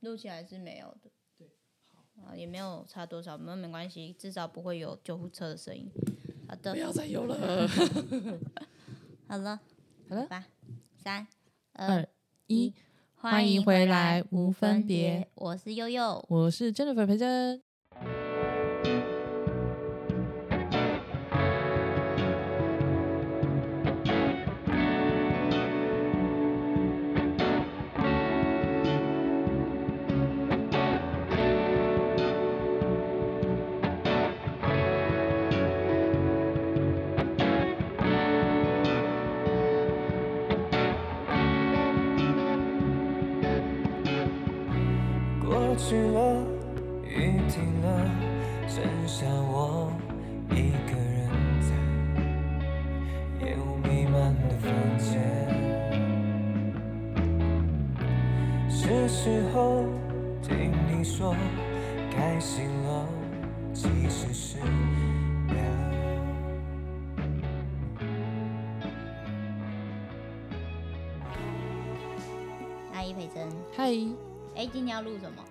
录起来是没有的。对，好，啊，也没有差多少，没有没关系，至少不会有救护车的声音。好的不，要再有了。 好了，好了吧，三二一，欢迎回来无分别，我是悠悠，我是 Jennifer 裴珍。过去了，雨停了，剩下我一个人在烟雾弥漫的房间。是时候听你说，开心了，其实是两。阿姨培珍。 嗨，哎，今天要录 什么？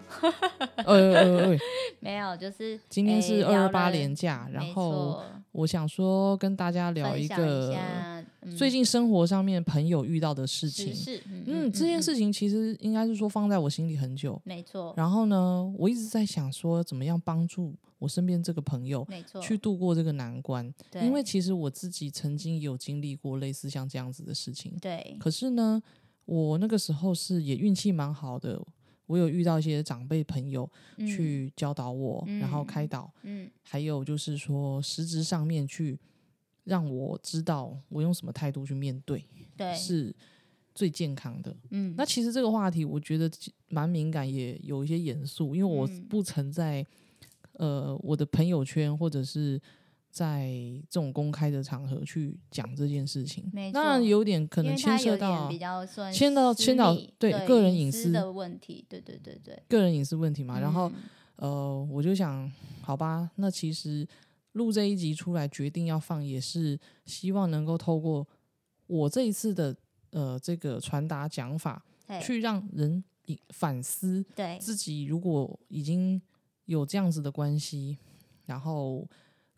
呃呃呃，没有，就是今天是哎二聊二八了连假，然没后错我想说跟大家聊分一享一个下嗯最近生活上面朋友遇到的事时情。事，嗯嗯，这件事情其实应该是说放在我心里很久。没错，然后呢，我一直在想说怎么样帮助我身边这个朋友没错，去度过这个难关，对因为其实我自己曾经也有经历过类似像这样子的事情。对可是呢，我那个时候是也运气蛮好的，我有遇到一些长辈朋友嗯去教导我，然后嗯开导，嗯还有就是说实质上面去让我知道我用什么态度去面对对是最健康的。嗯那其实这个话题我觉得其蛮敏感，也有一些严肃，因为我嗯不曾在、呃我的朋友圈或者是在这种公开的场合去讲这件事情没，当然错有点可因能为牵它涉有到点比较算牵到私牵到密对对个人隐私的问题，对对对对，个人隐私问题嘛。然后嗯呃，我就想，好吧，那其实录这一集出来，决定要放，也是希望能够透过我这一次的呃这个传达讲法，嗯嘿去让人以反思对自己，如果已经有这样子的关系，然后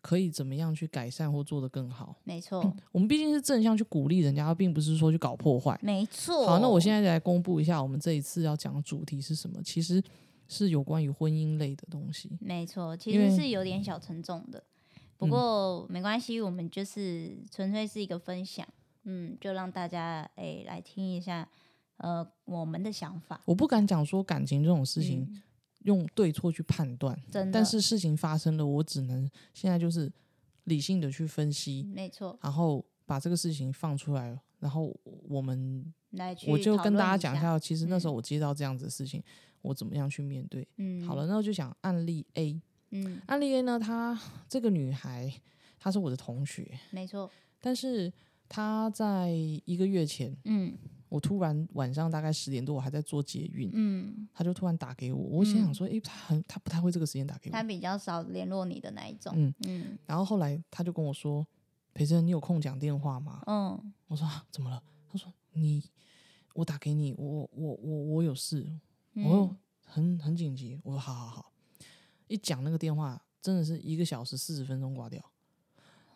可以怎么样去改善或做得更好。没错我们毕竟是正向去鼓励人家，并不是说去搞破坏。没错。 好，那我现在来公布一下，我们这一次要讲的主题是什么？其实是有关于婚姻类的东西。没错，其因为嗯实是有点小沉重的，不过没关系，我们就是纯粹是一个分享，嗯，就让大家哎来听一下，呃，我们的想法。我不敢讲说感情这种事情、嗯用对错去判断，真的，但是事情发生了，我只能现在就是理性的去分嗯析，没错，然后把这个事情放出来，然后我们来去我就讨跟论大家一讲一下，下，其实那时候我接到这样子的事情，我怎么样去面对。嗯，好了，，那我就讲案例 A，嗯，案例 A 呢，她这个女孩她是我的同学，没错，但是她在一个月前，嗯我突然晚上大概十点多，我还在做捷运，嗯，他就突然打给我，我心想说，诶，他很他不太会这个时间打给他我。比较少联络你的那一种，嗯嗯然后后来他就跟我说，裴珍，你有空讲电话吗？嗯，我说、啊、怎么了？他说你，我打给你，我我我我有事，我说嗯很很紧急。我说好好好，一讲那个电话真的是一个小时四十分钟挂掉。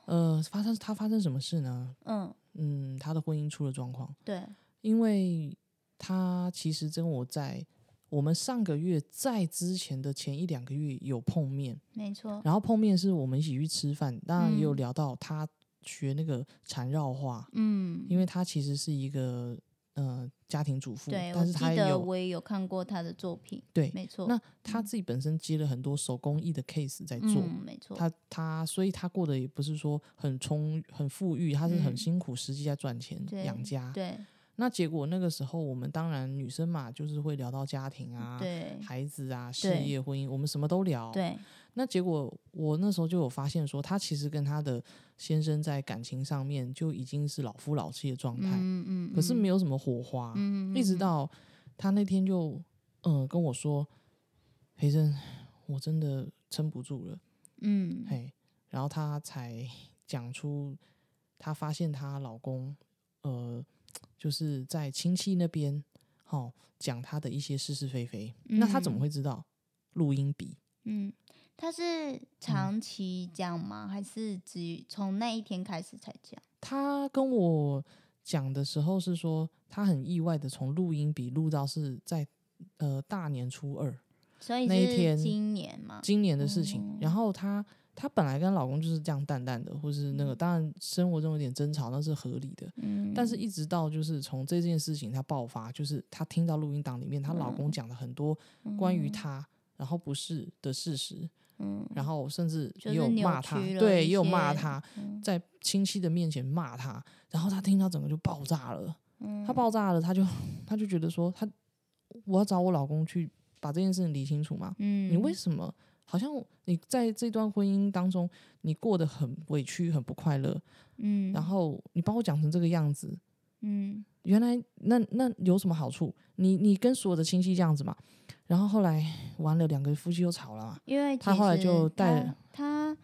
呃，发生他发生什么事呢？嗯，嗯，他的婚姻出了状况，对，因为他其实跟我在我们上个月在之前的前一两个月有碰面，没错，然后碰面是我们一起去吃饭，当然也有嗯聊到他学那个缠绕画，嗯，因为他其实是一个呃家庭主妇，对，我但是记他也得有我也有看过他的作品，对，没错，那他自己本身接了很多手工艺的 case 在做。嗯，没错，他他，所以他过得也不是说很充很富裕，他是很嗯辛苦，实际在赚钱对养家。对那结果那个时候，我们当然女生嘛，就是会聊到家庭啊、对孩子啊、事对业、婚姻，我们什么都聊。对，那结果我那时候就有发现说，她其实跟她的先生在感情上面就已经是老夫老妻的状态，嗯嗯，可是嗯没有什么火花。嗯嗯一直嗯到她那天就嗯、呃跟我说：“裴珍，我真的撑不住了。嗯嘿，然后她才讲出，她发现她老公呃就是在亲戚那边好、讲他的一些是是非非。那他怎么嗯会知道录音笔？嗯，他是嗯长期讲吗？还是只从那一天开始才讲？他跟我讲的时候是说，他很意外的从录音笔录到是在呃大年初二所以那一天是今年嘛？今年的事情。哦然后他他本来跟老公就是这样淡淡的，或是那个当然生活中有点争吵，那是合理的。嗯，但是一直到就是从这件事情她爆发，就是她听到录音档里面她老嗯公讲了很多关于她、然后不是的事实，嗯，然后甚至就也是有扭骂她，曲了对，一也有骂些嗯她，在亲戚的面前骂她，然后她听到整个就爆炸了，她嗯爆炸了，她就她就觉得说她我要找我老公去把这件事情理清楚嘛，嗯，你为什么好像你在这段婚姻当中你过得很委屈很不快乐，嗯，然后你把我讲成这个样子，嗯原来那那有什么好处？你你跟所有的亲戚这样子嘛，然后后来完了，两个夫妻又吵了嘛。因为他其后来实就带他他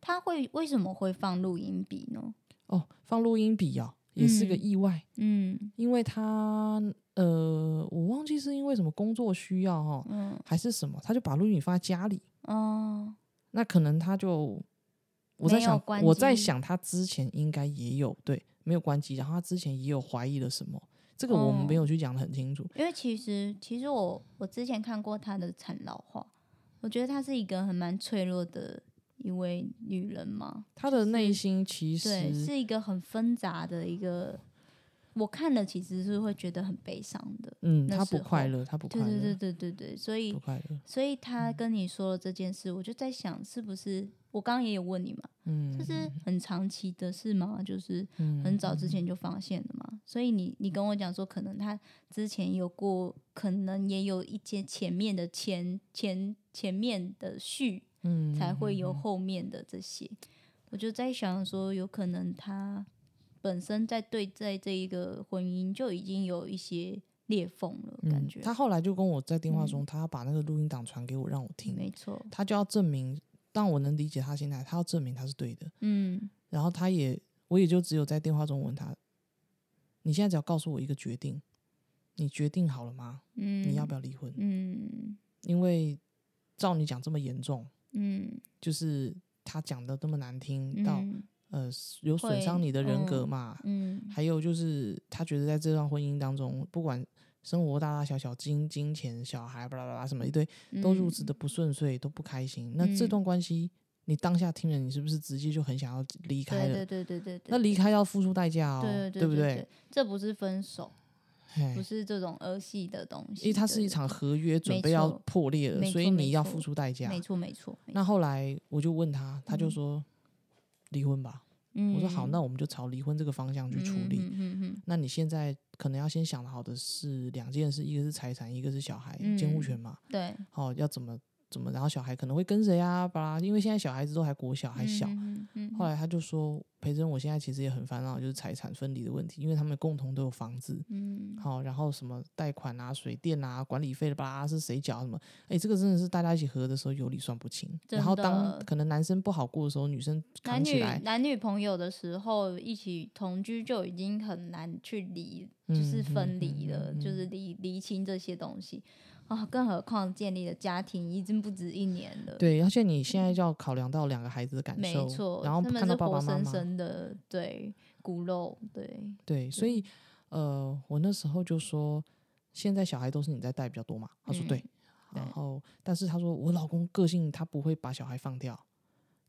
他会为什么会放录音笔呢？哦，放录音笔哦，也是个嗯意外，嗯因为他呃，我忘记是因为什么工作需要哈、哦，嗯还是什么，他就把录音笔放在家里。哦，那可能他就我在没有想，关我在机想他之前应该也有对没有关机，然后他之前也有怀疑了什么，这个我们没哦有去讲的很清楚。因为其实其实我我之前看过她的产老化，我觉得她是一个很蛮脆弱的一位女人嘛，他的内心其对，实是一个很纷杂的一个。我看了其实是会觉得很悲伤的，嗯，那他不时快候乐，他不快对乐，对对对对对，所以不嗯快乐。所以他跟你说了这件事，我就在想是不是我刚刚也有问你嘛，嗯，嗯这是很长期的事吗？就是很早之前就发现的嘛。所以你你跟我讲说，可能他之前有过，可能也有一些前面的前前前面的序，嗯才会有后面的这些。我就在想说，有可能他本身在对在这一个婚姻就已经有一些裂缝了，感嗯觉。嗯他后来就跟我在电话中，他把那个录音档传给我，让我没听，错，他就要证明，让我能理解他心态，他要证明他是对的。嗯然后他也，我也就只有在电话中问他：“你现在只要告诉我一个决定，你决定好了吗？嗯，你要不要离婚？嗯因为照你讲这么严重，嗯，就是他讲的那么难听，嗯到呃有损伤会你的人格嗯嘛。嗯还有就是他觉得在这段婚姻当中，不管生活大大小小、金金钱、小孩、巴拉巴拉什么一堆，都如此的不顺遂，都不开心。那这嗯段关系，你当下听了，你是不是直接就很想要离开了？对对对对对那对，离开要付出代价哦，对不对对？？这不是分手，哎不是这种儿戏的东西，因为它是一对场合约准没备要错破裂了，没所以错你没要错付出代价没。错没错。没那错后来我就问他，他就说离婚吧。嗯，我说好，那我们就朝离婚这个方向去处嗯理。嗯嗯嗯那你现在可能要先想好的是两件事，一个是财产，一个是小孩监护嗯权嘛。嗯对，哦，要怎么怎么，然后小孩可能会跟谁啊？巴拉，因为现在小孩子都还国小还小。嗯嗯，嗯后来他就说，培珍，我现在其实也很烦恼，就是财产分离的问题，因为他们共同都有房子。嗯好、然后什么贷款啊、水电啊、管理费的吧，是谁缴什么？哎，这个真的是大家一起合的时候有理算不清。然真后当的可能男生不好过的时候，女生扛男起女来，男女朋友的时候一起同居就已经很难去离，就是嗯嗯分嗯离了，嗯就是离离清这些东西啊、更何况建立了家庭已经不止一年了。对，而且你现在就要考量到两个孩子的感受，没错，然后他们看是到爸活爸妈生妈，生的对骨肉，对，对，所以呃，我那时候就说，现在小孩都是你在带比较多嘛？他说嗯对，对然后但是他说我老公个性他不会把小孩放掉，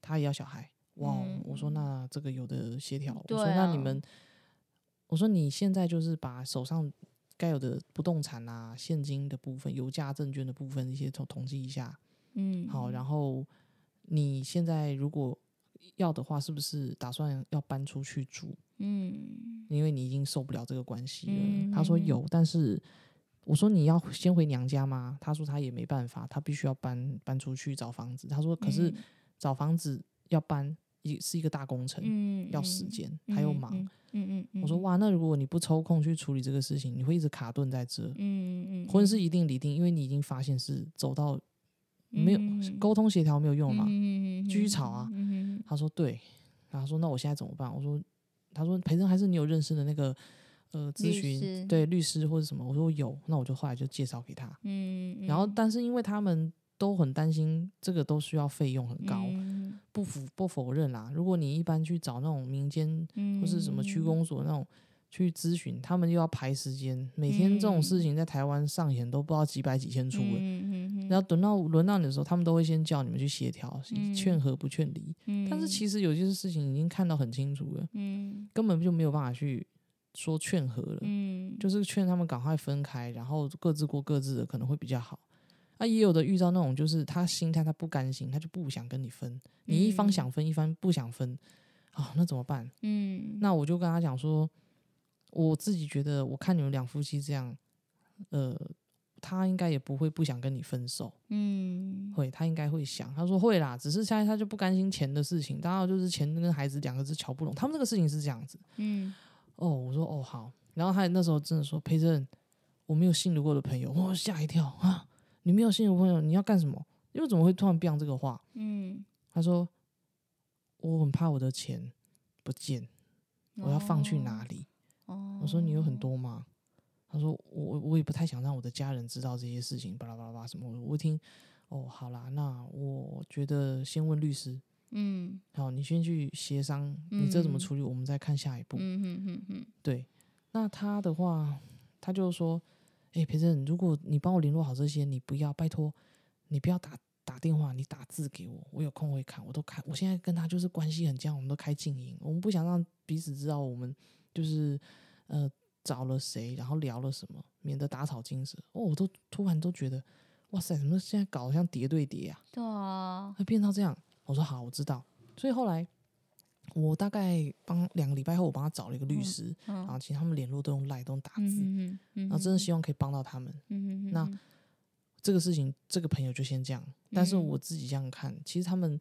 他也要小孩。哇哦，我说那这个有的协调，我说嗯对那啊你们，我说你现在就是把手上该有的不动产啊、现金的部分、油价、证券的部分一些统统计一下，嗯，好，然后你现在如果要的话，是不是打算要搬出去住？嗯因为你已经受不了这个关系了。嗯他说嗯嗯有，但是我说你要先回娘家吗？他说他也没办法，他必须要搬搬出去找房子。他说可是嗯找房子要搬也是一个大工程，嗯，要时嗯，间，还有嗯忙。，嗯嗯嗯，我说哇，那如果你不抽空去处理这个事情，你会一直卡顿在这。嗯，嗯嗯，婚是一定离定，因为你已经发现是走到没有嗯沟通协调没有用嗯嘛。嗯嗯嗯继续吵啊嗯嗯他说对，然后他说那我现在怎么办？我说，他说培生还是你有认识的那个呃咨律询师对律师或者什么，我说有，那我就后来就介绍给他。嗯，然后，嗯但是因为他们都很担心，这个都需要费用很高，嗯不否不否认啦。如果你一般去找那种民间嗯或是什么区公所那种去咨询，他们又要排时间，每天这种事情在台湾上演都不知道几百几千出了。嗯嗯嗯嗯然后等到轮到你的时候，他们都会先叫你们去协调，嗯劝和不劝离。嗯，但是其实有些事情已经看到很清楚了，嗯根本就没有办法去说劝和了。嗯就是劝他们赶快分开，然后各自过各自的，可能会比较好。啊，也有的遇到那种，就是他心态他不甘心，他就不想跟你分，你一方嗯想分，一方不想分，啊、那怎么办？嗯，那我就跟他讲说，我自己觉得，我看你们两夫妻这样，呃，他应该也不会不想跟你分手，嗯会，他应该会想。他说会啦，只是现在他就不甘心钱的事情，当然就是钱跟孩子两个是瞧不拢，他们这个事情是这样子。嗯哦，我说哦好，然后他那时候真的说裴正，我没有信得过的朋友，我吓一跳啊！你没有信得过的朋友，你要干什么？因为怎么会突然变这个话？嗯，他说我很怕我的钱不见，我要放去哪里？哦？我说你有很哦，多吗？他说我我也不太想让我的家人知道这些事情，巴拉巴拉巴拉什么。我一听哦好啦，那我觉得先问律师，嗯好，你先去协商，你这怎么嗯处理，我们再看下一步。嗯嗯嗯嗯对，那他的话，他就说：“哎、培正，如果你帮我联络好这些，你不要，拜托，你不要打打电话，你打字给我，我有空会看，我都看。我现在跟他就是关系很僵，我们都开静音，我们不想让彼此知道我们就是呃找了谁，然后聊了什么，免得打草惊蛇。哦，我都突然都觉得，哇塞，怎么现在搞得像叠对叠啊？对啊，会变到这样？我说好，我知道。所以后来我大概帮两个礼拜后，我帮他找了一个律嗯师，嗯然后其实他们联络都用赖，都用打字，嗯嗯，然后真的希望可以帮到他们。嗯嗯，那嗯这个事情，这个朋友就先这样。但是我自己这样看，其实他们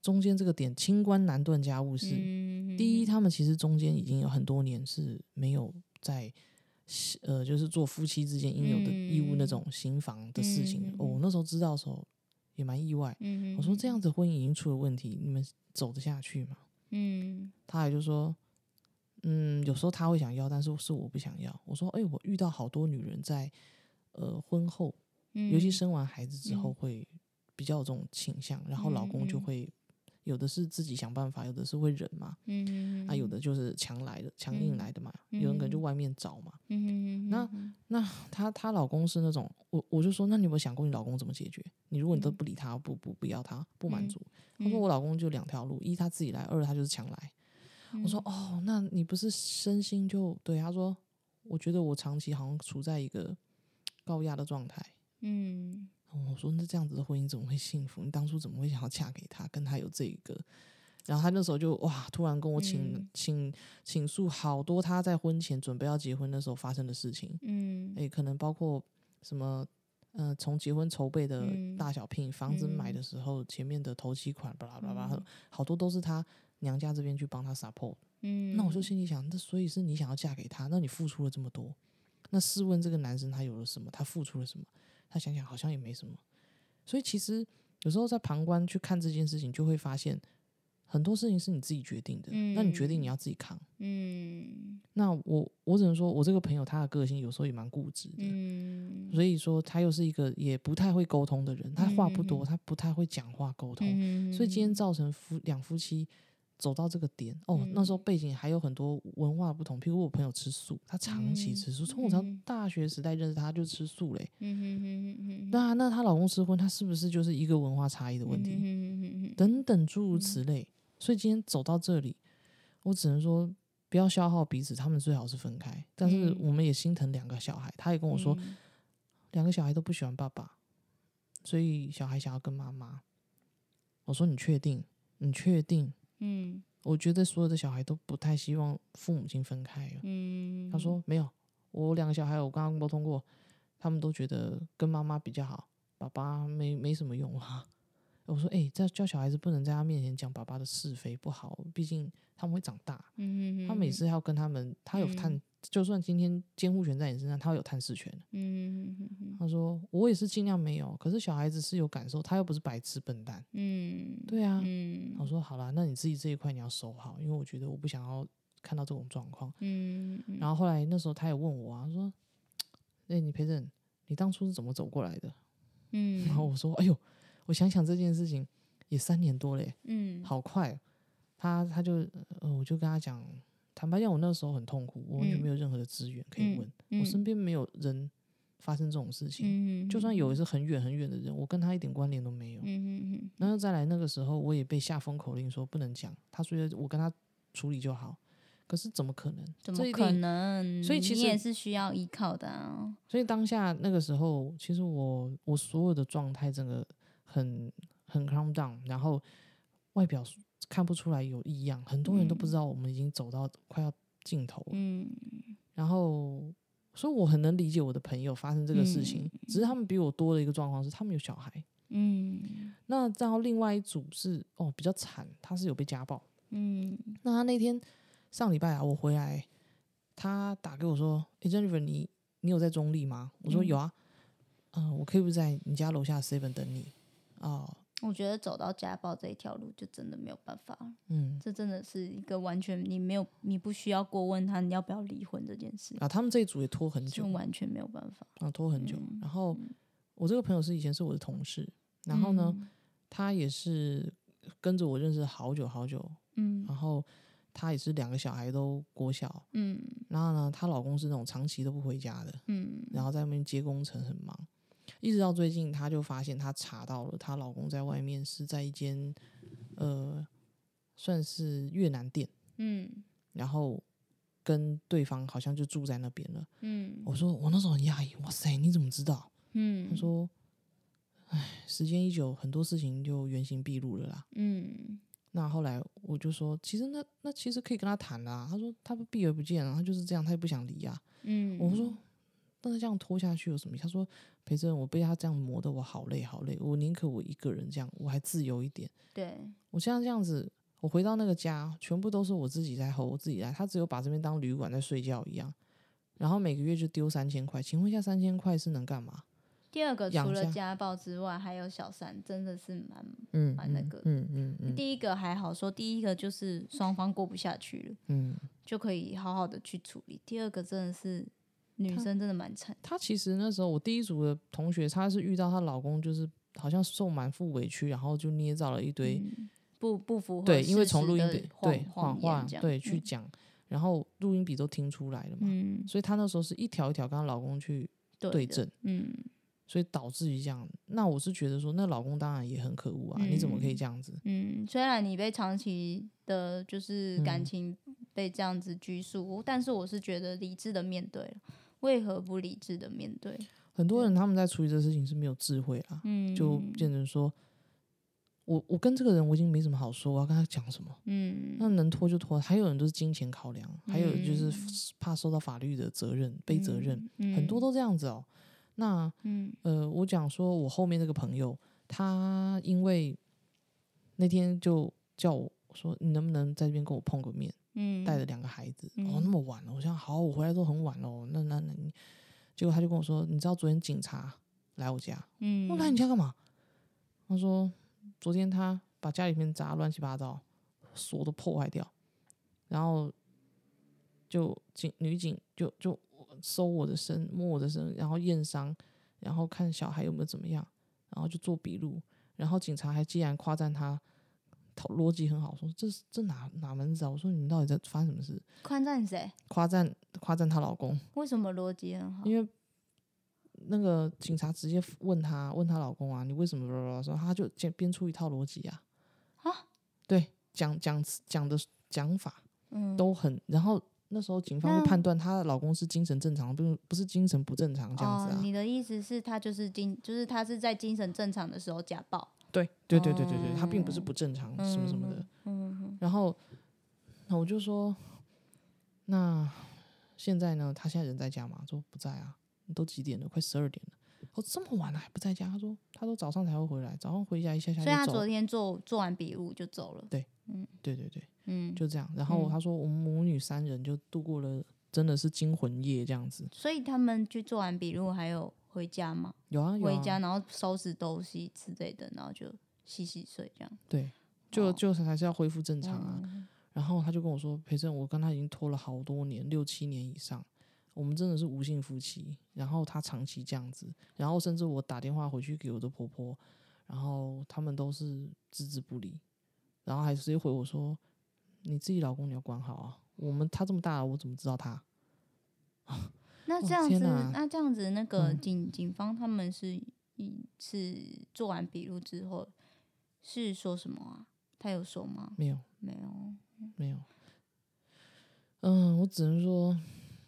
中间这个点，清官难断家务事。嗯第一，嗯他们其实中间已经有很多年是没有在呃，就是做夫妻之间应有的义务那嗯种刑房的事情。嗯哦，我那时候知道的时候也蛮意外。嗯，我说这样子婚姻已经出了问题，你们走得下去吗？嗯，他还就说，嗯，有时候他会想要，但是是我不想要。我说，哎、我遇到好多女人在呃婚后，嗯，尤其生完孩子之后，嗯会比较有这种倾向，然后老公就嗯嗯会有的是自己想办法，有的是会忍嘛，嗯，嗯啊，有，的就是强来的，强硬嗯来的嘛，有人可能就嗯外面找嘛。嗯嗯，那嗯那她她老公是那种，我我就说，那你有没有想过你老公怎么解决？你如果你都不理他，不不不要他，不满嗯足，他说嗯我老公就两条路，一他自己来，二他就是强来。我嗯说哦，那你不是身心就对？他说我觉得我长期好像处在一个高压的状态。嗯哦我说那这样子的婚姻怎么会幸福？你当初怎么会想要嫁给他，跟他有这一个？然后他那时候就哇，突然跟我请、嗯请请诉好多他在婚前准备要结婚的时候发生的事情，嗯，诶，可能包括什么，呃，从结婚筹备的嗯大小聘，房子买的时候前面的头期款，巴拉巴拉，好多都是他娘家这边去帮他 support 嗯，那我就心里想，那所以是你想要嫁给他，那你付出了这么多，那试问这个男生他有了什么？他付出了什么？他想想好像也没什么。所以其实有时候在旁观去看这件事情，就会发现很多事情是你自己决定的，那你决定你要自己扛。嗯那我我只能说，我这个朋友他的个性有时候也蛮固执的，嗯，所以说他又是一个也不太会沟通的人，他话不嗯多，嗯嗯他不太会讲话沟通，嗯，所以今天造成夫两夫妻走到这个点哦，那时候嗯背景还有很多文化不同，譬如我朋友吃素，他长期吃素，从我上嗯大学时代认识他就吃素嘞。嗯嗯嗯嗯，那那她老公吃荤，他是不是就是一个文化差异的问题？嗯嗯嗯等等诸如此类。所以今天走到这里，我只能说不要消耗彼此，他们最好是分开。但是嗯我们也心疼两个小孩，他也跟我说，嗯两个小孩都不喜欢爸爸，所以小孩想要跟妈妈。我说你确定？你确定？嗯我觉得所有的小孩都不太希望父母亲分开了。嗯，他说没有，我两个小孩我刚刚沟通过，他们都觉得跟妈妈比较好，爸爸没没什么用啊。我说哎、欸，这教小孩子不能在他面前讲爸爸的是非不好，毕竟他们会长大，嗯，嗯他们也，是要跟他们，他有探，就算今天监护权在你身上，他有探视权。嗯嗯嗯他说我也是尽量没有，可是小孩子是有感受，他又不是白痴笨蛋。嗯，对啊，嗯，我说好啦，那你自己这一块你要守好，因为我觉得我不想要看到这种状况。嗯，嗯然后后来那时候他也问我啊，说：“哎、你陪审，你当初是怎么走过来的？” 嗯，然后我说：“哎呦，我想想这件事情也三年多嘞、嗯，好快哦。”他他就呃，我就跟他讲，坦白讲，我那时候很痛苦，我完全没有任何的资源可以嗯问，嗯，我身边没有人发生这种事情，嗯，嗯就算有也是很远很远的人，我跟他一点关联都没有。嗯嗯嗯然后再来那个时候，我也被下封口令说不能讲，他说我跟他处理就好，可是怎么可能？怎这么一可定能？所以其你也是实需要依靠的啊。所以当下那个时候，其实我我所有的状态整个很很 calm down，然后外表看不出来有异样，很多人都不知道我们已经走到快要尽头了。嗯然后，所以我很能理解我的朋友发生这个事情，只是他们比我多的一个状况是他们有小孩。嗯那然后另外一组是哦比较惨，他是有被家暴。嗯那他那天上礼拜啊，我回来，他打给我说：“诶 j e n n i f e r 你你有在中立吗？”我说：“嗯有啊。嗯、我可以不在你家楼下 seven 等你哦，我觉得走到家暴这一条路，就真的没有办法了。嗯。这真的是一个完全你没有，你不需要过问他你要不要离婚这件事，啊，他们这一组也拖很这久，完全没有办法。啊，拖很久。然后我这个朋友是以前是我的同事，然后呢，嗯他也是跟着我认识好久好久，嗯然后他也是两个小孩都国小，嗯然后呢，她老公是那种长期都不回家的，嗯然后在外面接工程很忙，一直到最近，她就发现她查到了她老公在外面是在一间呃算是越南店，嗯然后跟对方好像就住在那边了。嗯我说我那时候很压抑，哇塞，你怎么知道？嗯，她说，哎，时间一久，很多事情就原形毕露了啦。嗯那后来我就说，其实那那其实可以跟他谈啦、她说他避而不见啊，他就是这样，他也不想离啊。嗯，我说，但是这样拖下去有什么意思？他说，裴真，我被他这样磨得我好累好累，我宁可我一个人这样，我还自由一点。对，我现在这样子，我回到那个家，全部都是我自己在吼，我自己来，他只有把这边当旅馆在睡觉一样。然后每个月就丢三千块，请问一下，三千块是能干嘛？第二个养除了家家暴之外，还有小三，真的是蛮嗯蛮那个嗯嗯嗯第一个还好说，第一个就是双方过不下去了，嗯。就可以好好的去处理。第二个真的是女她生真的蛮惨，她其实那时候我第一组的同学，她是遇到她老公就是好像受满腹委屈，然后就捏造了一堆嗯不不符合对，因为事从实录音的笔谎对谎话言这样对嗯去讲，然后录音笔都听出来了嘛，嗯所以她那时候是一条一条跟她老公去对对的症，嗯所以导致于这样。那我是觉得说，那老公当然也很可恶啊，你怎么可以这样子？嗯，虽然你被长期的就是感嗯情被这样子拘束，但是我是觉得理智的面对了，为何不理智的面对？很多人他们在处理这事情是没有智慧啊，嗯，就变成说。我我跟这个人我已经没什么好说，我要跟他讲什么？嗯那能拖就拖。啊还有人都是金钱考量，还有就是嗯怕受到法律的责任、被责任，，嗯很多都这样子哦。那嗯呃，我讲说我后面那个朋友，他因为那天就叫我说，你能不能在这边跟我碰个面？嗯带着两个孩子，哦，嗯那么晚了，我想好，我回来都很晚了，哦那那那你，结果他就跟我说，你知道昨天警察来我家，嗯我来你家干嘛？他说昨天他把家里面砸乱七八糟，锁都破坏掉，然后就警女警就就搜我的身，摸我的身，然后验伤，然后看小孩有没有怎么样，然后就做笔录，然后警察还竟然夸赞他。讨逻辑很好，说这是这哪哪门子啊？我说你们到底在发生什么事？宽赞谁？夸赞夸赞她老公，为什么逻辑很好？因为那个警察直接问她问她老公啊，你为什么说说，她就编编出一套逻辑啊，啊，对，讲讲讲的讲法嗯，都很，然后那时候警方那就判断她老公是精神正常，不是不是精神不正常这样子哦啊，，你的意思是，他就是精，就是他是在精神正常的时候家暴，对对对对对对，她并不是哦不正常什么什么的，嗯哼，然后那我就说，那现在呢？他现在人在家吗？说不在啊，都几点了？快十二点了。哦，这么晚了还不在家？他说他都早上才会回来，早上回家一下下所以他就走昨了。天做做完笔录就走了，对对对，嗯，就这样。然后嗯他说我们母女三人就度过了真的是惊魂夜这样子。所以他们去做完笔录还有回家吗？有啊，有回啊家然后收拾东西之类的，然后就洗洗睡这样，对，就哦就还是要恢复正常啊。嗯然后他就跟我说：“培正，我跟他已经拖了好多年，六七年以上，我们真的是无性夫妻。然后他长期这样子，然后甚至我打电话回去给我的婆婆，然后他们都是置之不理，然后还直接回我说：‘你自己老公你要管好啊，我们他这么大了，我怎么知道他？’那哦这样天子，哪那这样子，那个嗯警警方他们是一是做完笔录之后是说什么啊？他有说吗？没有，没有，没有。嗯，我只能说，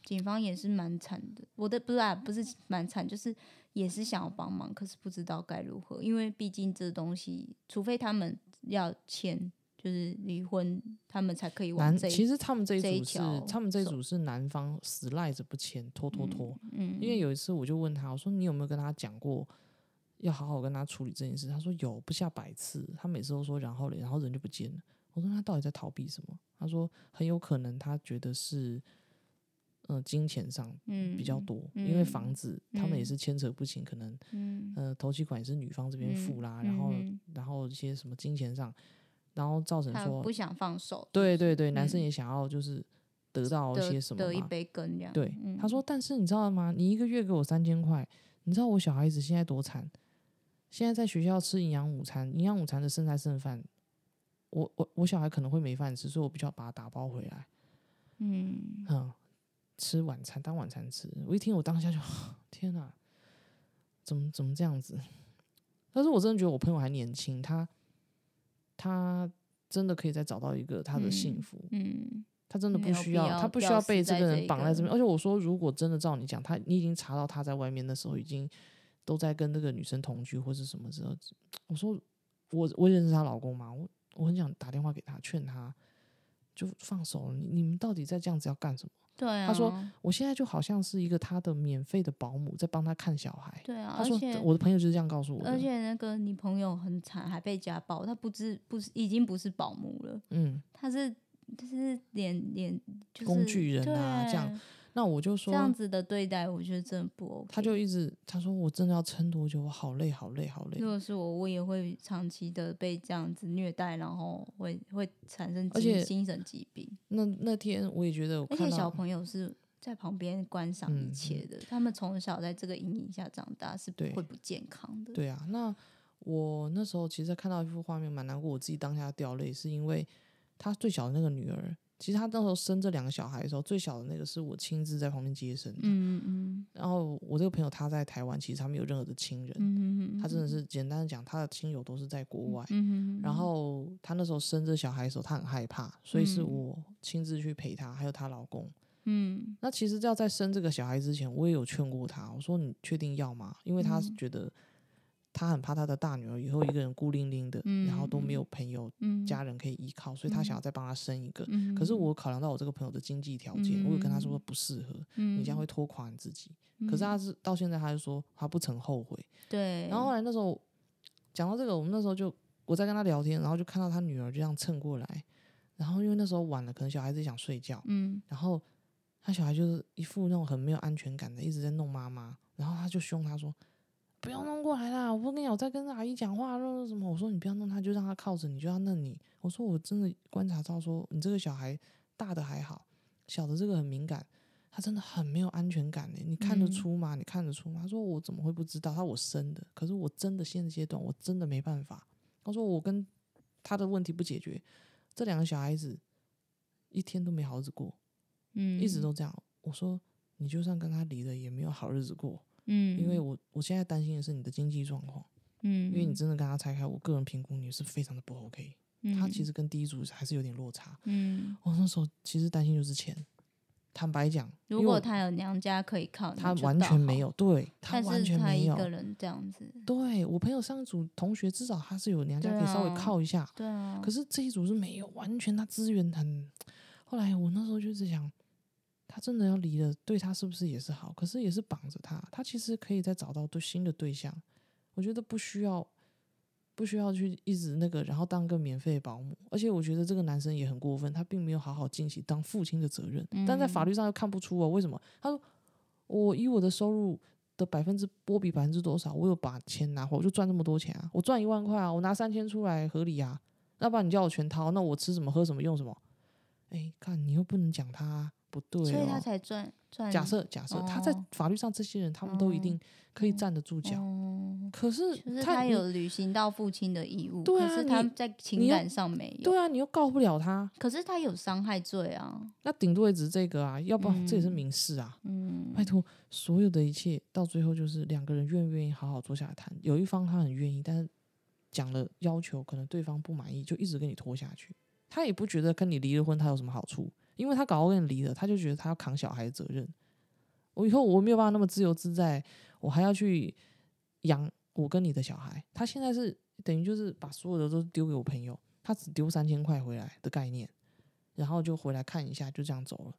警方也是蛮惨的。我的不是啊，不是蛮惨，就是也是想要帮忙，可是不知道该如何，因为毕竟这东西，除非他们要签就是离婚，他们才可以往男这一其实他们这一这一组是条他们这一走组是男方死赖着不签，拖拖拖。嗯，因为有一次我就问他，我说你有没有跟他讲过要好好跟他处理这件事？他说有，不下百次。他每次都说然后嘞，然后人就不见了。我说那他到底在逃避什么？他说很有可能他觉得是，嗯、金钱上嗯比较多，因为房嗯子他们也嗯是牵扯不清，可能嗯呃，头期款也是女方这边嗯付啦，然后嗯然后一些什么金钱上，然后造成他说不，想放手，对对对，男生嗯也想要就是得到一得些什么得一嘛，杯羹这样。对，嗯他说，但是你知道吗？你一个月给我三千块，你知道我小孩子现在多惨，现在在学校吃营养午餐，营养午餐的剩菜剩饭，我我我小孩可能会没饭吃，所以我必须要把它打包回来，嗯。嗯，吃晚餐当晚餐吃。我一听，我当下就 天哪，怎么怎么这样子？但是我真的觉得我朋友还年轻，他他真的可以再找到一个他的幸嗯福，嗯他真的没不有需必要，要他不需吊要死被这在个这人一绑在个这边。而且我说，如果真的照你讲，他你已经查到他在外面的时候已经都在跟那个女生同居或是什么时候，我说我我认识她老公嘛，我我很想打电话给他劝他，就放手了，你你们到底在这样子要干什么？对啊，他说我现在就好像是一个他的免费的保姆，在帮他看小孩。对啊，他而说且我的朋友就是这样告诉我的。而且那个你朋友很惨，还被家暴，他不知不是已经不是保姆了，嗯，他是他是连连就是工具人啊对这样那我就这说，样子的对待，我觉得真的不 OK。他就一直他说我真的要撑多久？我好累，好累，好累如。果是我，我也会长期的被这样子虐待，然后会会产生而精且精神疾病，那那天我也觉得我而看且到小朋友是。在旁边观赏嗯一切的，他们从小在这个阴影下长大是对会不健康的。对啊，那我那时候其实看到一幅画面蛮难过，我自己当下掉泪，是因为他最小的那个女儿，其实他那时候生这两个小孩的时候，最小的那个是我亲自在旁边接生的。嗯，嗯嗯然后我这个朋友他在台湾，其实他没有任何的亲人，嗯嗯嗯，他真的是简单的讲，他的亲友都是在国外。嗯，嗯然后他那时候生这小孩的时候，他很害怕，所以是嗯我亲自去陪他，还有她老公。嗯那其实要在生这个小孩之前，我也有劝过他，我说你确定要吗？因为他是嗯觉得他很怕他的大女儿以后一个人孤零零的，然后都没有朋友、嗯，家人可以依靠，所以他想要再帮他生一个。嗯，可是我考量到我这个朋友的经济条件，我有跟他说不适合，你你这样会拖垮你自己。可是他是到现在他就说他不曾后悔。嗯对，然后后来那时候讲到这个，我们那时候就我在跟他聊天，然后就看到他女儿就这样蹭过来，然后因为那时候晚了，可能小孩子想睡觉，嗯然后他小孩就是一副那种很没有安全感的，一直在弄妈妈，然后他就凶他说：“不要弄过来啦！我不跟你讲，我在跟阿姨讲话，那那什么？”我说：“你不要弄他，就让他靠着你，就让他弄你。”我说：“我真的观察到说，你这个小孩大的还好，小的这个很敏感。”他真的很没有安全感呢，你看得嗯出吗？你看得出吗？他说我怎么会不知道？他我生的，可是我真的现阶段我真的没办法。他说我跟他的问题不解决，这两个小孩子一天都没好日子过。嗯，一直都这样。我说你就算跟他离了，也没有好日子过，嗯，因为我我现在担心的是你的经济状况，嗯，因为你真的跟他拆开，我个人评估你是非常的不 OK，他其实跟第一组还是有点落差。嗯，我那时候其实担心就是钱，坦白讲，如因为果我他有娘家可以靠，他完全没，有，对他但完是全他没一有。个人这样子，对我朋友上一组同学，至少他是有娘家对可以稍微啊靠一下，对啊，可是这一组是没有，完全他资源很。后来我那时候就是想，他真的要离了，对他是不是也是好？可是也是绑着他，他其实可以再找到对新的对象。我觉得不需要，不需要去一直那个，然后当个免费的保姆。而且我觉得这个男生也很过分，他并没有好好尽起当父亲的责任，但在法律上又看不出哦，为什么？他说我以我的收入。的百分之波比百分之多少？我有把钱拿回来，我就赚这么多钱啊！我赚一万块啊，我拿三千出来合理啊。要不然你叫我全掏，那我吃什么喝什么用什么？哎，看你又不能讲他啊不对、哦，所以他才赚赚。假设假设、他在哦法律上，这些人他们都一定可以站得住脚，哦，可是就是他他你有履行到父亲的义务，对啊可是他你在你情要感上没有。对啊，你又告不了他，可是他有伤害罪啊，那顶多也只是这个啊，要不然这也是嗯民事啊。嗯，拜托，所有的一切到最后就是两个人愿不愿意好好坐下来谈，有一方他很愿意，但是讲了要求，可能对方不满意，就一直跟你拖下去。他也不觉得跟你离了婚他有什么好处，因为他搞到跟你离了，他就觉得他要扛小孩的责任。我以后我没有办法那么自由自在，我还要去养我跟你的小孩。他现在是等于就是把所有的都丢给我朋友，他只丢三千块回来的概念，然后就回来看一下，就这样走了。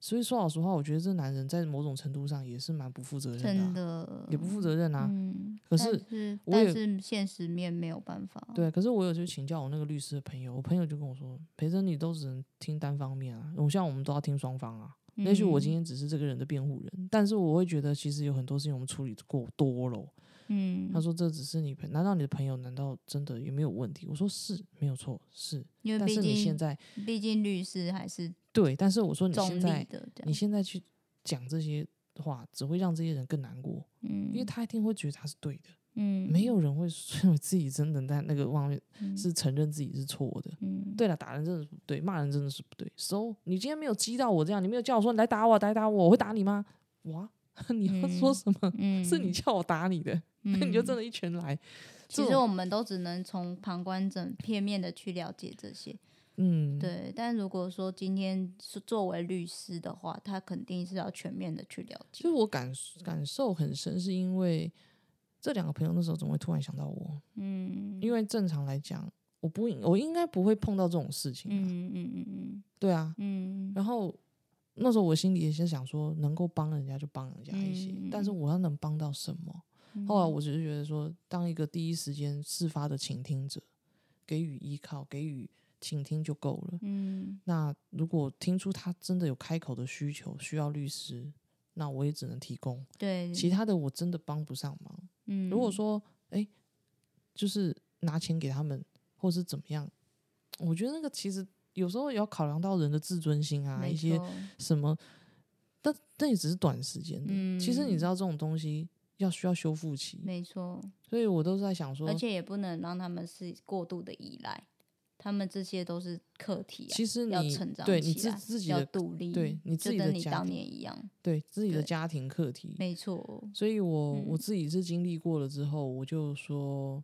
所以说老实话，我觉得这男人在某种程度上也是蛮不负责任的啊、真的也不负责任啊。嗯，可但是是我也但是现实面没有办法。对，可是我有去请教我那个律师的朋友，我朋友就跟我说，陪审你都只能听单方面啊，我像我们都要听双方啊。嗯，也许我今天只是这个人的辩护人，但是我会觉得其实有很多事情我们处理过多了。嗯，他说这只是你朋，难道你的朋友难道真的也没有问题？我说是没有错，是，因为但毕是你现竟在毕竟律师还是对，但是我说你中现立在的，这你样，现在去讲这些话，只会让这些人更难过，嗯，因为他一定会觉得他是对的，嗯没有人会认为自己真的在那个方面嗯是承认自己是错的。嗯对了，打人真的是不对，骂人真的是不对。So，你今天没有激到我这样，你没有叫我说你来打我，来打我，我会打你吗？哇， 你要说嗯什么？嗯，是你叫我打你的， 你就真嗯。的一拳来。其这实种我们都只能从旁观者片面的去了解这些，嗯，，对。但如果说今天是作为律师的话，他肯定是要全面的去了其解实。我感感受很深，是因为这两个朋友那时候怎么会突然想到我？嗯，因为为正常来讲，我不应我应该不会碰到这种事情啊。嗯嗯嗯嗯对啊，嗯嗯，然后那时候我心里也是想说，能够帮人家就帮人家一些，嗯但是我要能帮到什么？嗯后来我只是觉得说，当一个第一时间事发的倾听者，给予依靠，给予倾听就够了。嗯那如果听出他真的有开口的需求，需要律师，那我也只能提供，对，其他的我真的帮不上忙。嗯，如果说，哎、就是拿钱给他们，或是怎么样，我觉得那个其实有时候也要考量到人的自尊心啊，没一些错什么，但但也只是短时间的。其实你知道这种东西要需要修复期，嗯没错，所以我都是在想说而，且也不能让他们是过度的依赖，他们这些都是课题啊，其实要你成长对起你自来自己要的独立，对你自就己的跟你家当庭年一样，对自己的对家庭课题，没错，所以我我嗯自己是经历过了之后，我就说，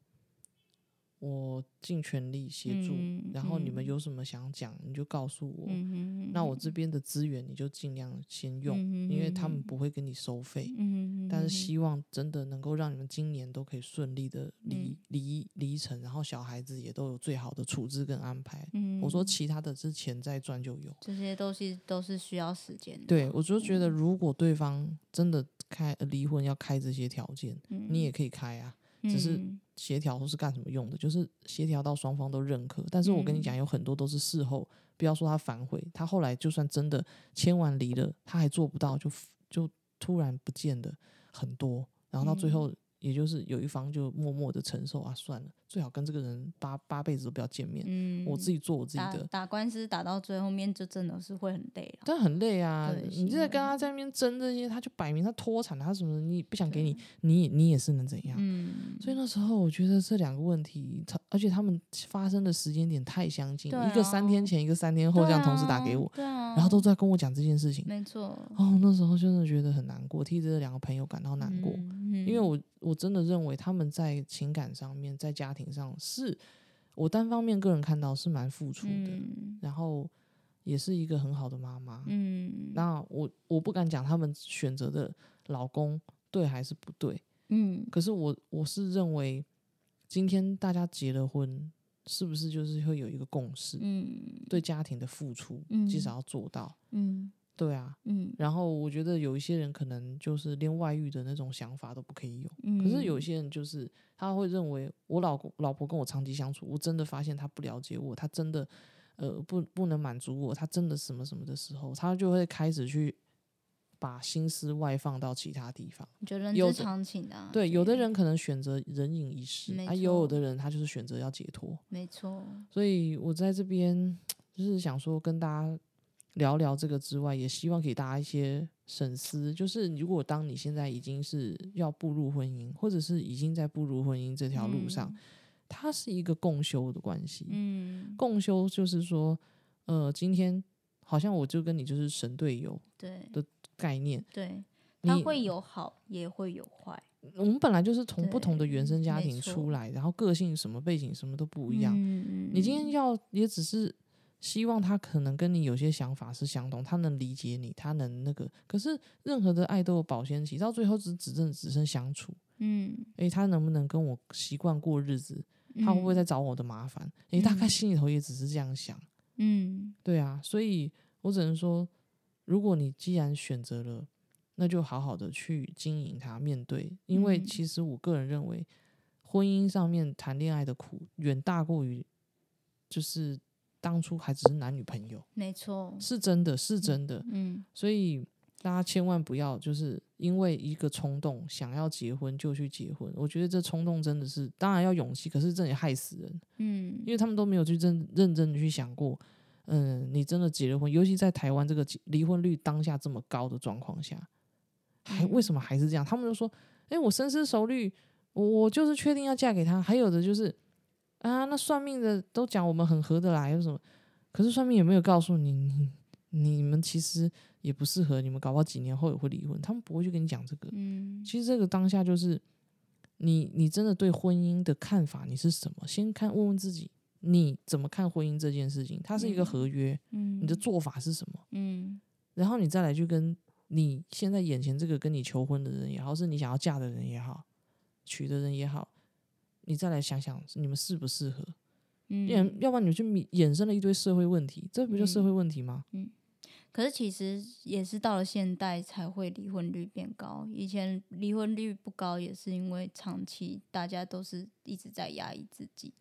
我尽全力协助，嗯然后你嗯们有什么想讲，你就告诉我。嗯哼嗯那我这边的资源你就尽量先用，因为他们不会跟你收费，嗯哼，但是嗯希望真的能够让你们今年都可以顺利的离、嗯离离城，然后小孩子也都有最好的处置跟安排。嗯，我说其他的是钱再赚就有。这些东西都是需要时间的，对，我就觉得如果对方真的开呃离婚要开这些条件，嗯，你也可以开啊。只是嗯协调或是干什么用的，就是协调到双方都认可。但是我跟你嗯讲，有很多都是事后，不要说他反悔，他后来就算真的签完离了，他还做不到，就就突然不见的很多，然后到最嗯后，也就是有一方就默默的承受啊，算了，最好跟这个人八八辈子都不要见面，嗯，我自己做我自己打的。打官司打到最后面，就真的是会很累了，但很累啊！对你是在跟的他在那边争这些，他就摆明他脱产了，他什么你不想给啊你，你也你也是能怎样？嗯，所以那时候我觉得这两个问题，它而且他们发生的时间点太相近，对一个三天啊前，一个三天后，这样对同时打给啊我，对啊，然后都在跟我讲这件事情。没错，哦，那时候真的觉得很难过，替这两个朋友感到难过，嗯，因为嗯我我真的认为他们在情感上面，在家庭上是，我单方面个人看到是蛮付出的，嗯然后也是一个很好的妈妈。嗯，那我我不敢讲他们选择的老公对还是不对，嗯可是我我是认为，今天大家结了婚，是不是就是会有一个共识，嗯对家庭的付出，至嗯少要做到。嗯对啊，嗯，然后我觉得有一些人可能就是连外遇的那种想法都不可以有，嗯可是有一些人就是他会认为我老公老婆跟我长期相处，我真的发现他不了解我，他真的呃不不能满足我，他真的什么什么的时候，他就会开始去把心思外放到其他地方。你觉得人有之的常情啊，对，有的这样人可能选择人影一世，没啊，也有错的人他就是选择要解脱。没错，所以我在这边就是想说跟大家聊聊这个之外，也希望给大家一些深思。就是如果当你现在已经是要步入婚姻，或者是已经在步入婚姻这条路上，它是一个共修的关系。嗯，嗯，共修就是说，呃，今天好像我就跟你就是神队友对概念，对，你它会有好，也会有坏，我们本来就是从不同的对原生家没庭错出来，然后个性什么背景什么都不一样。嗯你今天要也只是希望他可能跟你有些想法是相同，他能理解你，他能那个。可是任何的爱都有保鲜期，到最后只只剩只剩相处。嗯，诶，他能不能跟我习惯过日子？嗯他会不会在找我的麻烦？你、大概嗯心里头也只是这样想。嗯对啊，所以我只能说，如果你既然选择了，那就好好的去经营它，面对。因为嗯其实我个人认为，婚姻上面谈恋爱的苦远大过于，就是当初还只是男女朋友，没错，是真的，是真的。嗯所以大家千万不要就是因为一个冲动想要结婚就去结婚，我觉得这冲动真的是，当然要勇气，可是这也害死人。嗯因为他们都没有去认认真的去想过，嗯，你真的结了婚，尤其在台湾这个结离婚率当下这么高的状况下，还为什么还是这样？他们就说，哎、我深思熟虑，我我就是确定要嫁给他。还有的就是，啊，那算命的都讲我们很合得来，有什么？可是算命也没有告诉你，你你们其实也不适合，你们搞不好几年后也会离婚。他们不会去跟你讲这个。嗯其实这个当下就是你，你真的对婚姻的看法你是什么？先看问问自己，你怎么看婚姻这件事情？它是一个嗯合约，嗯，你的做法是什么？嗯然后你再来去跟你现在眼前这个跟你求婚的人也好，是你想要嫁的人也好，娶的人也好，你再来想想你们适不适合？嗯要、要不然你就衍衍生了一堆社会问题，这不就社嗯会问题吗？可是其实也是到了现代才会离婚率变高，以前离婚率不高也是因为长期大家都是一直在压抑自己，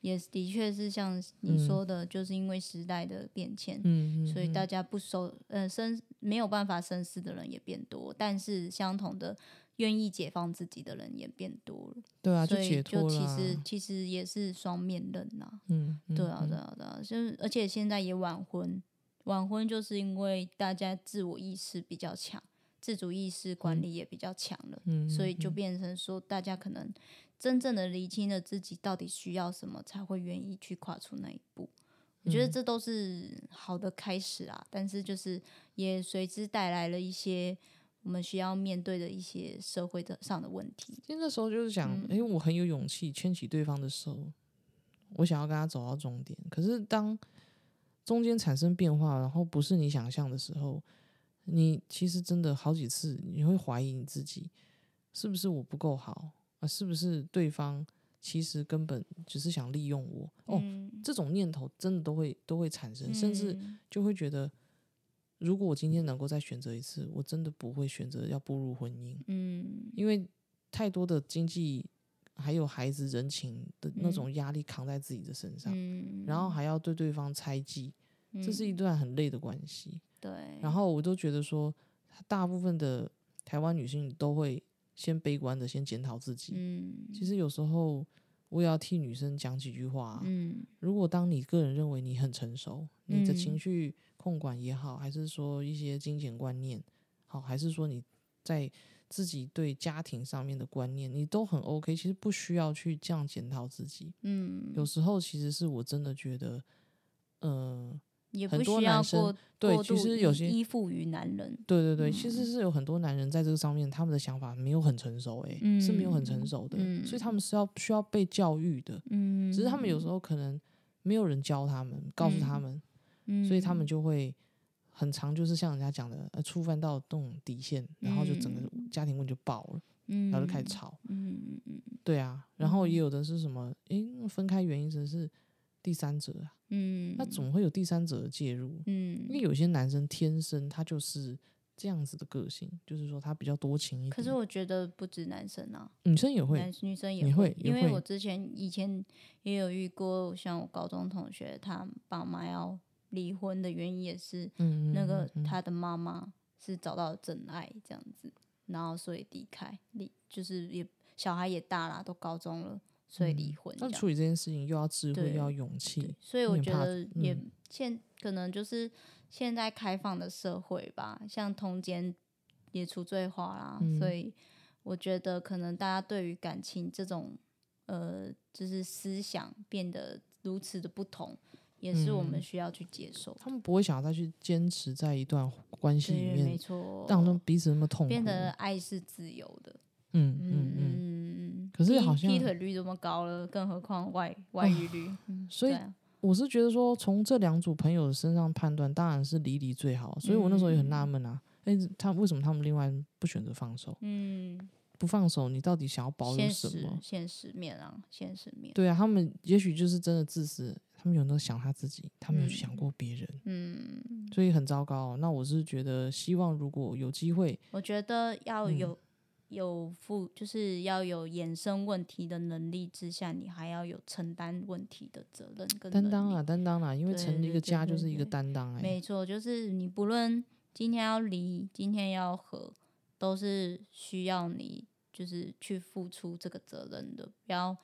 也是的确是像你嗯说的，就是因为时代的变迁，嗯，嗯所以嗯大家不熟呃深没有办法深思的人也变多，但是相同的愿意解放自己的人也变多了，对啊，就所以解脱就了其啊。实其实也是双面刃呐、嗯，嗯对啊，嗯对啊，对啊，就是而且现在也晚婚，晚婚就是因为大家自我意识比较强，自主意识管理也比较强了，嗯，所嗯以就嗯变成说，大家可能真正的厘清了自己到底需要什么，才会愿意去跨出那一步。我觉得嗯这都是好的开始啊，但是就是也随之带来了一些我们需要面对的一些社会的上的问题。其实那时候就是想，嗯诶，我很有勇气牵起对方的手，我想要跟他走到终点。可是当中间产生变化，然后不是你想象的时候，你其实真的好几次你会怀疑你自己，是不是我不够好啊？是不是对方其实根本只是想利用我？哦，嗯，这种念头真的都会都会产生，甚至嗯就会觉得，如果我今天能够再选择一次，我真的不会选择要步入婚姻。嗯因为太多的经济还有孩子人情的那种压力扛在自己的身上，嗯，然后还要对对方猜忌，这是一嗯段很累的关系。对，然后我都觉得说，大部分的台湾女性都会先悲观的先检讨自己。嗯其实有时候我也要替女生讲几句话啊、嗯如果当你个人认为你很成熟，你的情嗯绪控管也好，还是说一些金钱观念，好，还是说你在自己对家庭上面的观念，你都很 OK，其实不需要去这样检讨自己。嗯，有时候其实是我真的觉得，呃，也很不多需要男生过对过其度实有依些依附嗯于男人，对对对，其实是有很多男人在这个上面，他们的想法没有很成熟、欸，是没有很成嗯熟的，所嗯以他们是要需要被教育的，嗯，只是他们有时候可能没有人教他们，告诉他嗯们。嗯，所以他们就会很常就是像人家讲的，呃，触犯到这种底线，然后就整个家庭问题就爆了，嗯，然后就开始吵。嗯，嗯嗯对啊，然后也有的是什么，诶，那分开原因只是第三者啊，嗯，那总会有第三者的介入，因为嗯，有些男生天生他就是这样子的个性，就是说他比较多情一点，可是我觉得不止男生啊，女生也会男，女生也你会会，也因为会我之前以前也有遇过，像我高中同学，他爸妈要离婚的原因也是嗯，那嗯个嗯嗯他的妈妈是找到真爱这样子，然后所以离开，离就是也小孩也大啦，都高中了，所以离婚这嗯那样。处理这件事情又要智慧，对又要勇气对，所以我你很觉怕得也嗯现、可能就是现在开放的社会吧，像通奸也除罪化啦，嗯所以我觉得可能大家对于感情这种呃，就是思想变得如此的不同，也是我们嗯需要去接受的。他们不会想要再去坚持在一段关系里对，没面，错，让他们彼此那么痛苦。变得爱是自由的。嗯嗯嗯嗯，嗯嗯。可是劈好劈像哦腿率这么高了，更何况外外遇率。嗯所以对啊我是觉得说，从这两组朋友的身上判断，当然是离离最好。所以我那时候也很纳闷啊，哎、他为什么他们另外不选择放手？嗯，不放手，你到底想要保有现什实么？现实面啊，现实面。对啊，他们也许就是真的自私，他们有没有想他自己，他没有嗯想过别人，嗯，所以很糟糕哦、那我是觉得，希望如果有机会，我觉得要嗯有、有负，就是要有衍生问题的能力之下，你还要有承担问题的责任跟担能当力啊，担当啊，因为对成立一对对个家对就是一个对担当哎、没错，就是你不论今天要离，今天要和，都是需要你就是去付出这个责任的，不要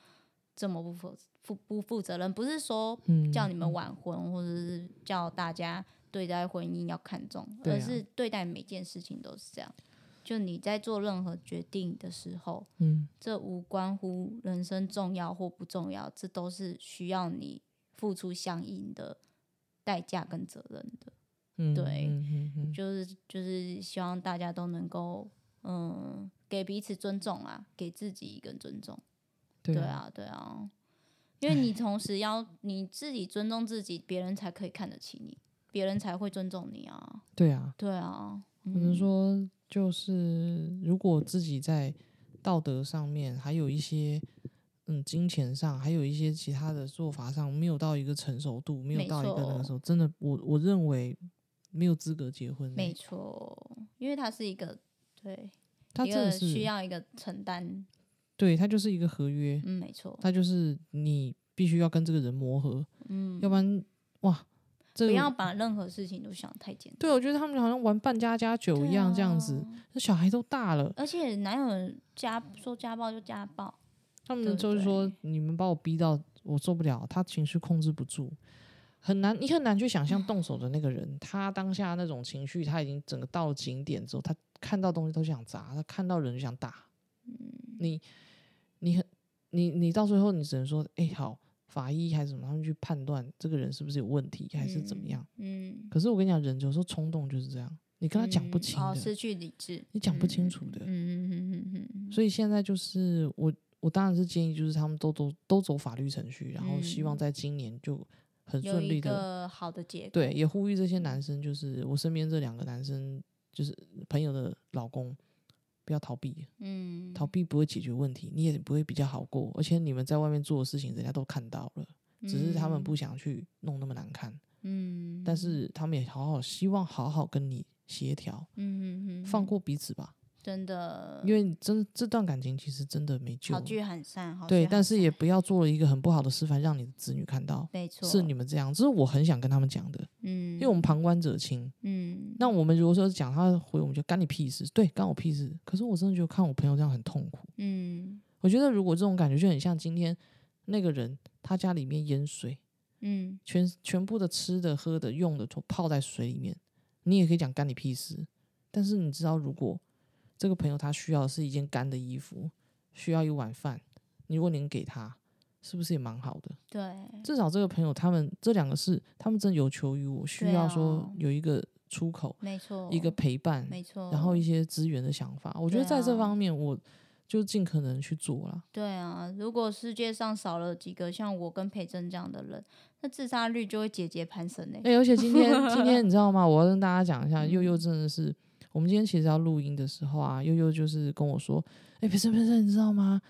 这么不负负不负责任。不是说嗯叫你们晚婚，或者是叫大家对待婚姻要看重，对而啊是对待每件事情都是这样。就你在做任何决定的时候，嗯，这无关乎人生重要或不重要，这都是需要你付出相应的代价跟责任的。嗯对嗯嗯嗯嗯就是就是希望大家都能够嗯给彼此尊重啊，给自己一个尊重。对对，啊，对啊，因为你同时要你自己尊重自己，别人才可以看得起你，别人才会尊重你啊。对啊，对啊，只能说，就是如果自己在道德上面，还有一些嗯金钱上，还有一些其他的做法上，没有到一个成熟度，没有没到一个那个错时候，真的，我我认为没有资格结婚欸、没错，因为它是一个对他一真个的是需要一个承担，对他就是一个合约，嗯，没错，他就是你必须要跟这个人磨合，嗯要，不然哇，这不个要把任何事情都想太简单，对我觉得他们好像玩扮家家酒对一样这样子啊，。那、小孩都大了。而且哪有人家说家暴就家暴？他对们不就是说，你们把我逼到我受不了，他情绪控制不住，很难，你很难去想象动手的那个人，他当下那种情绪，他已经整个到了顶点之后，他看到东西都想砸，他看到人就想打。嗯你，你很，你你到最后你只能说，哎、好，法医还是什么，他们去判断这个人是不是有问题，还是怎么嗯样。？嗯，可是我跟你讲，人有时候冲动就是这样，你跟他讲不嗯清的，哦，失去理智，你讲不清嗯楚的。嗯嗯嗯嗯嗯，所以现在就是我，我当然是建议，就是他们都走都走法律程序，然后希望嗯在今年就很有顺一利的。个好的结果。对，也呼吁这些男生，就是我身边这两个男生，就是朋友的老公，不要逃避，嗯，逃避不会解决问题，你也不会比较好过。而且你们在外面做的事情，人家都看到了，只是他们不想去弄那么难看，嗯嗯，嗯，但是他们也好好希望好好跟你协调，嗯嗯嗯，放嗯过彼此吧，真的，因为你真这段感情其实真的没救好了。聚很散，好对，聚但很是散也不要做了一个很不好的示范，让你的子女看到没错，是你，们这样。这是我很想跟他们讲的，嗯，因为我们旁观者清。嗯，那我们如果说讲他回，我们就干你屁事，对，干我屁事。可是我真的觉得看我朋友这样很痛苦。嗯我觉得如果这种感觉就很像今天那个人，他家里面淹水，嗯，全全部的吃的、喝的、用的都泡在水里面，你也可以讲干你屁事。但是你知道，如果这个朋友他需要的是一件干的衣服，需要一碗饭，你如果能给他，是不是也蛮好的？对，至少这个朋友他们这两个是他们真的有求于我，需对要啊说有一个出口，没错，一个陪伴，没错，然后一些资源的想法。我觉得对在这啊方面，我就尽可能去做啦。对啊，如果世界上少了几个像我跟培正这样的人，那自杀率就会节节攀升欸嘞、哎、而且今天今 天你知道吗？我要跟大家讲一下，悠嗯悠真的是，我们今天其实要录音的时候啊，悠悠就是跟我说，哎、欸，培生培生，你知道吗？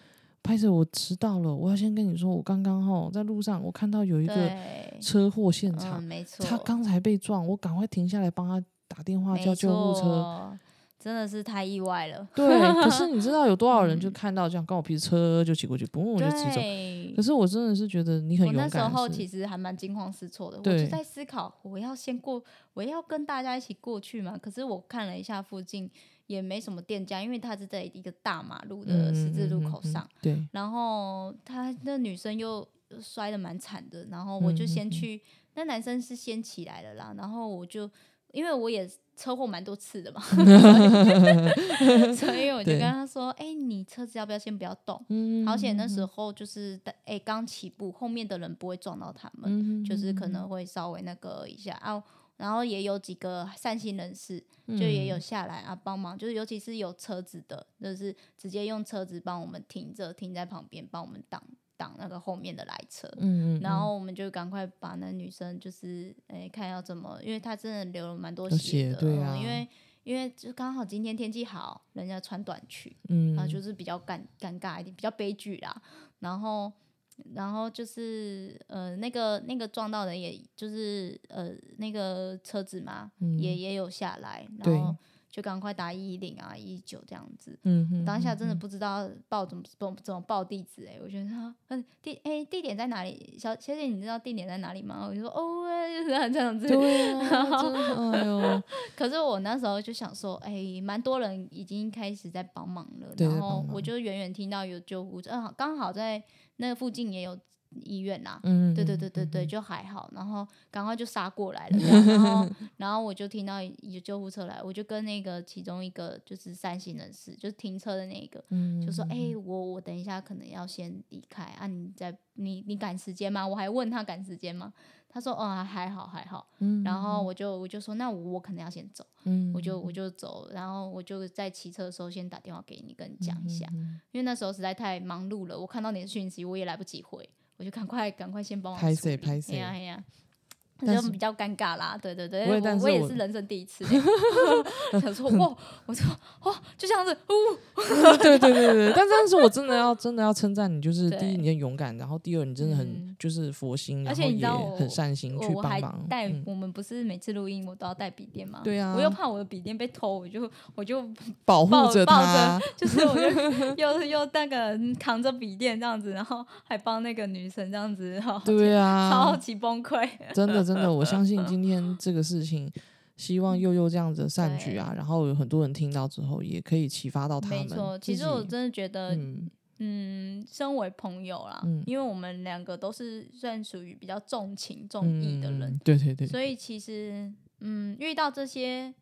拍着我迟到了，我要先跟你说，我刚刚吼在路上，我看到有一个对，车祸现嗯，场，没错，他刚才被撞，我赶快停下来帮他打电话没叫救护车。错，真的是太意外了。 对，可是你知道有多少人就看到这样，关我屁事，车就骑过去， 嘣我就骑走。嗯对可，是我真的是觉得你很我勇那敢时候的其是，实还蛮惊慌失措的，我对就在思考，我要先过，我要跟大家一起过去嘛。可是我看了一下附近也没什么店家，因为它是在一个大马路的嗯十字路嗯口嗯上，对，然后他那女生又摔的蛮惨的，然后我嗯就先去，那男生是先起来了啦，然后我就因为我也车祸蛮多次的嘛， 所以我 就跟对他说，哎、你车子要不要先不要动？嗯，好险那时候就是哎刚、起步，后面的人不会撞到他们，嗯就是可能会稍微那个一下啊。然后也有几个善心人士，就嗯也有下来啊帮忙，就是尤其是有车子的，就是直接用车子帮我们停着，停在旁边帮我们挡挡那个后面的来车。嗯，嗯，然后我们就赶快把那女生就是诶看要怎么，因为她真的流了蛮多有血血的，对嗯啊因为因为就刚好今天天气好，人家穿短裙，嗯，然后嗯就是比较尴尴尬一点，比较悲剧啦。然后，然后就是呃，那个那个撞到的也，就是呃那个车子嘛，也也有下来，嗯对然后就赶快打一一零啊、一九这样子。嗯哼当下嗯真的不知道报怎么怎么怎么报地址哎、我觉得他嗯地哎、地点在哪里？小小姐你知道地点在哪里吗？我就说哦、哎就是这样子，对啊，真的哎呦， 可是我那时候就想说，哎、蛮多人已经开始在帮忙了，对在然帮后忙我就远远听到有救护车，啊刚好在那附近也有医院啦、嗯，对对对对对，就还好，然后赶快就杀过来了这样，然后 然后我就听到有救护车来，我就跟那个其中一个就是三行人士，就是停车的那个，嗯，嗯，就说：“哎、我我等一下可能要先离开啊，你在你你赶时间吗？”我还问他赶时间吗？他说：“哦、还好还好。嗯然后我就我就说：“那我可能要先走，嗯，我就我就走，然后我就在骑车的时候先打电话给你，跟你讲一嗯下，因为那时候实在太忙碌了，我看到你的讯息我也来不及回，我就赶快赶快先帮我拍处谁理拍哎呀谁哎呀。”但就是比较尴尬啦，对对对，不会我但是我也我是人生第一 次欸、想说哇，我说哇，就哦这样子，呜，对对对对，但但是我真的要真的要称赞你，就是第对一你很勇敢，然后第二你真的很嗯就是佛心，而然且后你知也道很我善心我去我帮还忙，带、嗯我们不是每次录音我都要带笔电吗？对啊我又怕我的笔电被偷，我就我就保护抱着抱他着，就是我就 又又那个扛着笔电这样子，然后还帮那个女生这样子，然后 对超啊，级崩溃。 真的真的，我相信今天这个事情。希嗯望佑佑这样子的善举啊，然后有很多人听到之后，也可以启发到他没们。错，其自实我己真的觉得，嗯嗯，身为朋友啦，嗯因为我们两个都是算属于比较重情重义的人，嗯对对对，所以其实，嗯，遇到这些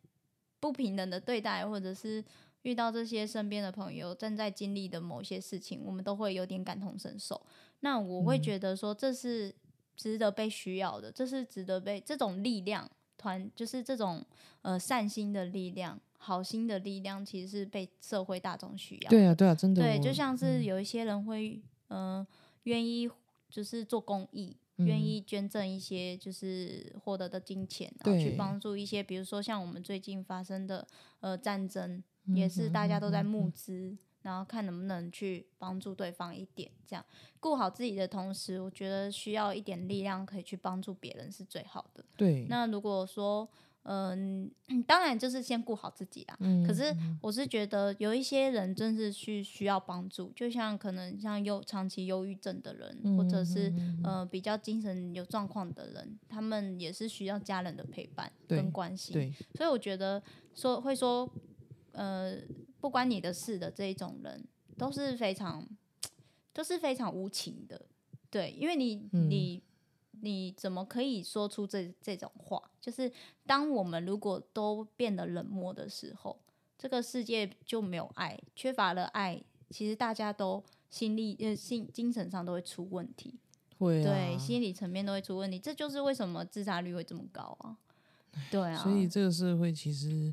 不平等的对待，或者是遇到这些身边的朋友正在经历的某些事情，我们都会有点感同身受。那我会觉得说，这是值得被需要的，这是值得被这种力量团，就是这种呃善心的力量、好心的力量，其实是被社会大众需要。对啊对啊，真的对，我就像是有一些人会，嗯，愿意就是做公益，愿嗯意捐赠一些就是获得的金钱，然后去对帮助一些，比如说像我们最近发生的呃战争，嗯也是大家都在募资，然后看能不能去帮助对方一点，这样顾好自己的同时，我觉得需要一点力量可以去帮助别人是最好的。对，那如果说，嗯， 当然就是先顾好自己啦。嗯可是我是觉得有一些人真是需需要帮助，就像可能像忧长期忧郁症的人，或嗯者是呃比较精神有状况的人，他们也是需要家人的陪伴对跟关心。对，所以我觉得说会说，呃，不关你的事的这一种人，都是非常都是非常无情的，对，因为你、嗯你你怎么可以说出这这种话？就是当我们如果都变得冷漠的时候，这个世界就没有爱，缺乏了爱，其实大家都心力呃心精神上都会出问题，会对，啊心理层面都会出问题，这就是为什么自杀率会这么高 啊。对啊，嗯所以这个社会其实，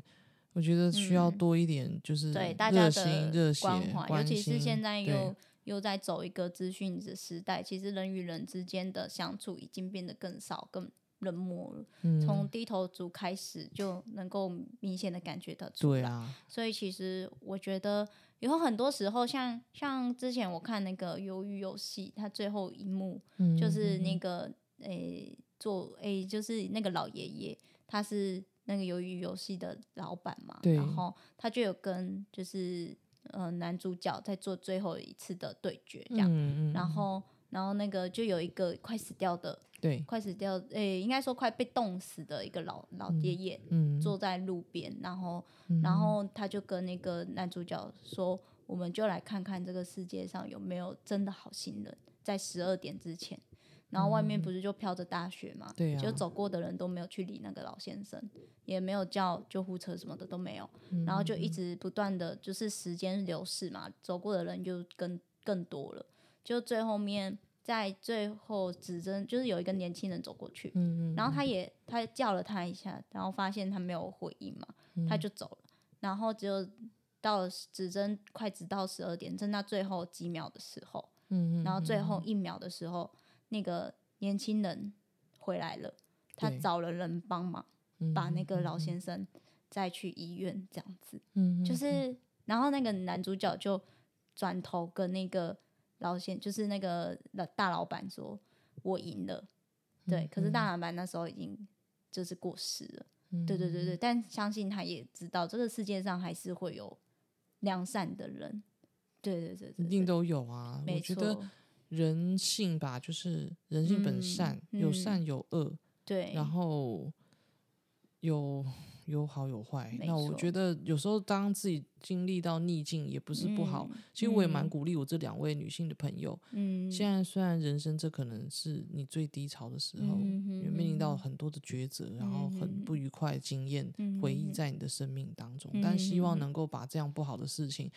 我觉得需要多一点，就是对大家嗯热心、热的血、关怀，尤关其是现心在对又又在走一个资讯的时代，其实人与人之间的相处已经变得更少、更冷漠了。嗯从低头族开始就能够明显的感觉得出对来。啊，所以其实我觉得有很多时候像，像之前我看那个《鱿鱼游戏》，它最后一幕嗯就是那个诶、做诶、就是那个老爷爷，他是那个鱿鱼游戏的老板嘛，对然后他就有跟就是呃男主角在做最后一次的对决这样，嗯嗯，然后然后那个就有一个快死掉的，对，快死掉，诶、应该说快被冻死的一个老老爷爷，嗯，嗯坐在路边，然后然后他就跟那个男主角说：“我我们就来看看这个世界上有没有真的好心人，在十二点之前。然后外面不是就飘着大雪嘛，嗯对啊就走过的人都没有去理那个老先生，也没有叫救护车什么的都没有，嗯然后就一直不断的就是时间流逝嘛，走过的人就更更多了，就最后面在最后指针就是有一个年轻人走过去，嗯嗯，然后他也他叫了他一下，然后发现他没有回应嘛，嗯他就走了。然后只有到了指针快指到十二点，剩到最后几秒的时候，嗯嗯，然后最后一秒的时候，那个年轻人回来了，他对找了人帮忙，嗯把那嗯个老先生再去医院这样子。嗯嗯就是，然后那个男主角就转头跟那个老先，就是那个老大老板说：“我赢了。”嗯对，可是大老板那时候已经就是过世了。嗯对对对对，但相信他也知道，这个世界上还是会有良善的人。对对对一对定对，都有啊，我没觉得错，人性吧，就是人性本嗯善，有嗯善有恶，对，然后有有好有坏。没那我错觉得有时候当自己经历到逆境，也不是不好。嗯其实我也蛮嗯鼓励我这两位女性的朋友，嗯，现在虽然人生这可能是你最低潮的时候，嗯哼也面嗯临到哼很多的抉择，然后嗯很哼不愉快的经验、回忆嗯哼在你的生命当中，但希望嗯哼能够把这样不好的事情。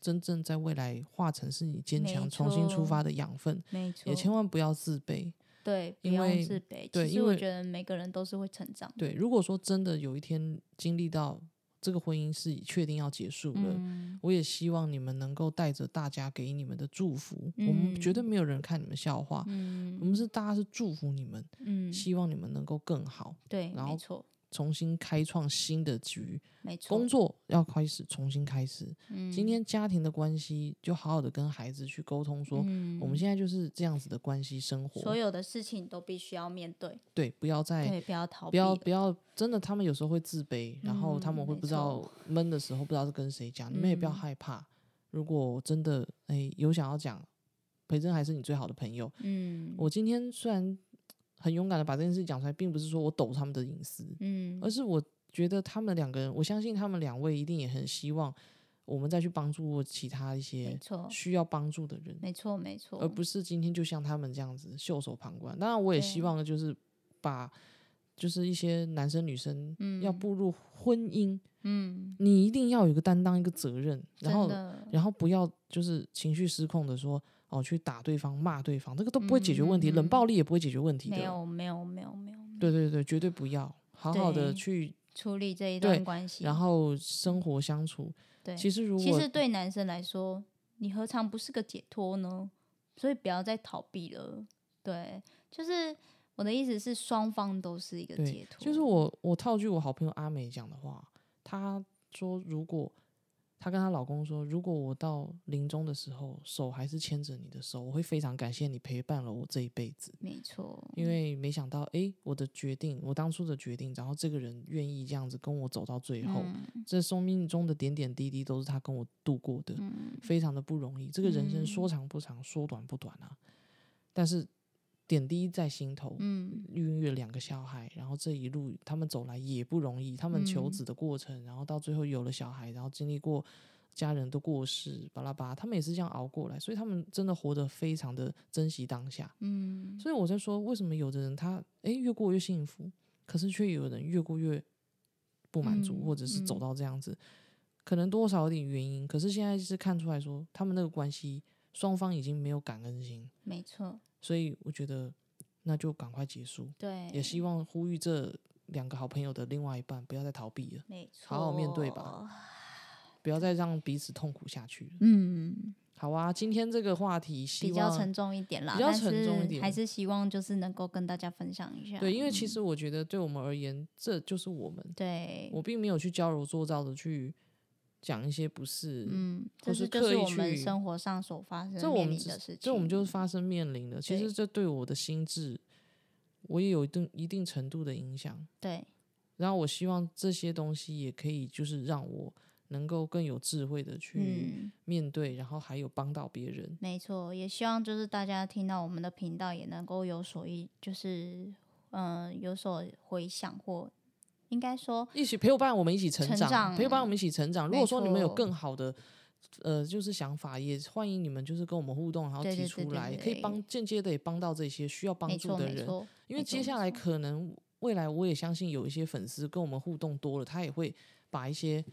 真正在未来化成是你坚没强、重新出错发的养分，没错，也千万不要自卑。对，不因用为自卑。对其因实我为觉得每个人都是会成长的。对，如果说真的有一天经历到这个婚姻是确定要结束了，嗯，我也希望你们能够带着大家给你们的祝福，我们绝对没有人看你们笑话，我嗯们是大家是祝福你们，嗯，希望你们能够更好，对，然后没错，重新开创新的局，没错。工作要开始重新开始。嗯，今天家庭的关系就好好的跟孩子去沟通说。我们嗯现在就是这样子的关系生所活，有的事情都必须要面对，对，不要再对，不要逃不避要了，不要，真的，他们有时候会自卑，然后他嗯们会没不知道错闷的时候不知道是跟谁讲，你们也不要嗯害怕。如果真的哎有想要讲，培珍还是你最好的朋友。嗯，我今天虽然很勇敢的把这件事讲出来，并不是说我抖他们的隐私，嗯而是我觉得他们两个人，我相信他们两位一定也很希望我们再去帮助其他一没些错，需要帮助的人。没错，没错，而不是今天就像他们这样子袖手旁观。当然，我也希对望就是把就是一些男生女生要嗯步入婚姻，嗯，你一定要有一个担当，一个责任，然真后的然后不要就是情绪失控的说哦去打对方、骂对方，这个都不会解决问题，嗯嗯冷嗯暴力也不会解决问题没的。有，没有，没有，没有对对对，绝对不要。好好的对去，处理这一对段关系，然后生活相处。对，其实如其果实对男生来说，你何尝不是个解脱呢？所以不要再逃避了。对，就是我的意思是，双方都是一个对解脱。就是我我套句我好朋友阿美讲的话，她说如果她跟她老公说，如果我到临终的时候手还是牵着你的手，我会非常感谢你陪伴了我这一辈子。没错，因为没想到，诶，我的决定，我当初的决定，然后这个人愿意这样子跟我走到最后，嗯这生命中的点点滴滴都是他跟我度过的，嗯，非常的不容易。这个人生说嗯长不长，说短不短啊，但是点滴在心头，嗯孕育了两个小孩，然后这一路他们走来也不容易，他们求嗯子的过程，然后到最后有了小孩，然后经历过家人的过世，巴拉巴拉，他们也是这样熬过来，所以他们真的活得非常的珍惜当下。嗯，所以我在说，为什么有的人他诶越过越幸福，可是却有人越过越不满足，嗯或者是嗯走到这样子，可能多少有点原因，可是现在是看出来说，他们那个关系双方已经没有感恩心，没错，所以我觉得那就赶快结束。对，也希望呼吁这两个好朋友的另外一半不要再逃避了，没错，好好面对吧。不要再让彼此痛苦下去了。嗯，好啊，今天这个话题希比较望沉重一点啦，比较但沉重一是点还是希望就是能够跟大家分享一下。对，因为其嗯实我觉得对我们而言，这就是我们，对，我并没有去矫揉做造的去讲一些不是，嗯，或这是是就刻是意我们去生活上所发生这我面们临只的事情，这我们就是发生面临的。其对实这对我的心智，我也有一定一定程度的影响。对，然后我希望这些东西也可以，就是让我能够更有智慧的去。嗯。面对，然后还有帮到别人。没错，也希望就是大家听到我们的频道也能够有所一，就是嗯、呃有所回想或应该说一起陪伴我们一起成成长，陪伴我长们一起成长。如没果说你们有错更好的呃，就是想法，也欢迎你们就是跟我们互动，然后对提对对出对来，对可以对帮间接的也帮到这些需要帮没助错的没人，错，因为没错接下没来错可能未来我也相信有一些粉丝跟我们互动多了，他也会把一些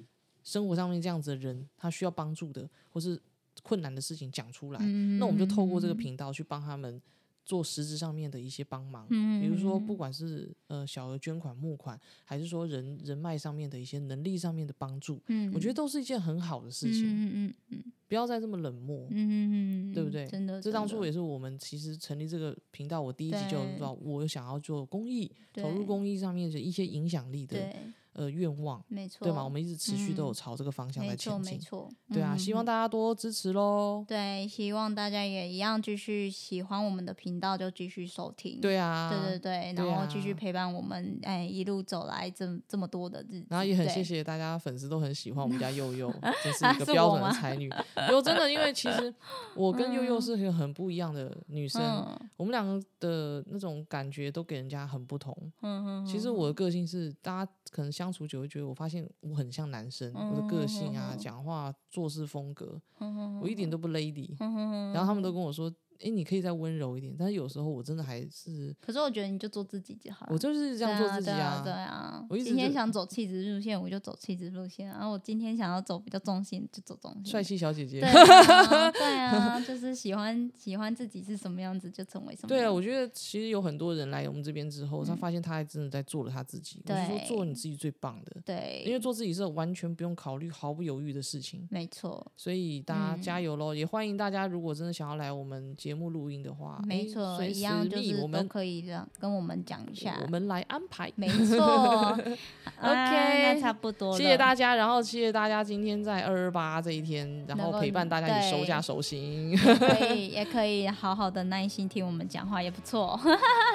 生活上面这样子的人，他需要帮助的或是困难的事情讲出来，嗯那我们就透过这个嗯频道去帮他们做实质上面的一些帮忙，嗯比如说不嗯管是呃小额捐款、募款，还是说人人脉上面的一些能力上面的帮助，嗯，我觉得都是一件很好的事嗯情，嗯嗯嗯不要再这么冷漠。嗯嗯，对不对？真的，这当初也是是我们其实成立这个频道，我第一集就有对说，我有想要做公益，投入对公益上面的一些影响力的对，呃愿望，没错，对吗？我们一直持续都有嗯朝这个方向没在错前没进，错，对啊，嗯希望大家多支持喽。对，希望大家也一样继续喜欢我们的频道，就继续收听。对啊，对对对，对然后继续啊陪伴我们，哎，一路走来这么这么多的日子，然后也很对谢谢大家粉丝都很喜欢我们家 佑佑，真是啊一个是标我准的吗才女。有真的，因为其 实我跟佑佑是一个很不一样的女生，嗯我们两个的那种感觉都给人家很不同。嗯嗯，其实我的个性是，大家可能相处久会觉得我发现我很像男生，我的个性啊、嗯讲话、做事风格，嗯我一点都不 lady。嗯嗯，然后他们都跟我说：“诶，你可以再温柔一点。”但是有时候我真的还是，可是我觉得你就做自己就好了，我就是这样做自己啊对啊，对啊我对一啊直今天就想走气质路线，我就走气质路线；然后我今天想要走比较中性，就走中性。帅气小姐姐对。 啊，对啊，就是喜欢喜欢自己是什么样子就成为什么对样啊，子。我觉得其实有很多人来我们这边之后，他发现他还真的在做了他自己。我是说，嗯对做你自己最棒的，对，因为做自己是完全不用考虑、毫不犹豫的事情。没错，所以大家嗯加油喽！也欢迎大家，如果真的想要来我们节目录音的话，没诶错，啊哎随一时样就密是我都们可以让跟我们讲一下我。们来安排。 没 错，OK，那 OK 差不多了，谢谢大家，然后谢谢大家今天在二二八这一天，然能后够陪伴大家一起对收假 收心。可以也可以好好的耐心听我们讲话，也不 错。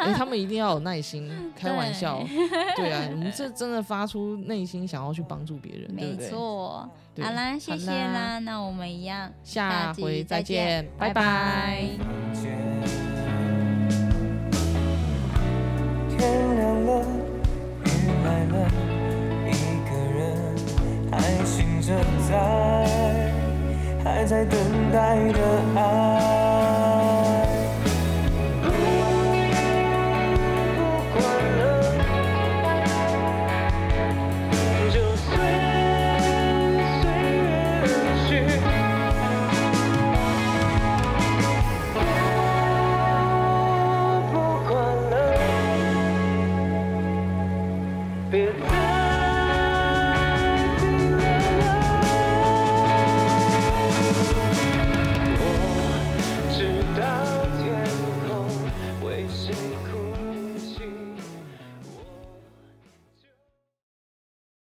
哎，他们一定要有耐嗯心，开玩笑，对啊，我们这真的发出内心想要去帮助别人，对没不对？错，对好啦，谢谢好啦啦，那我们一样，下集回再再见见，拜拜拜间天亮了，雨来了，一个人还醒着在，还在等待的爱。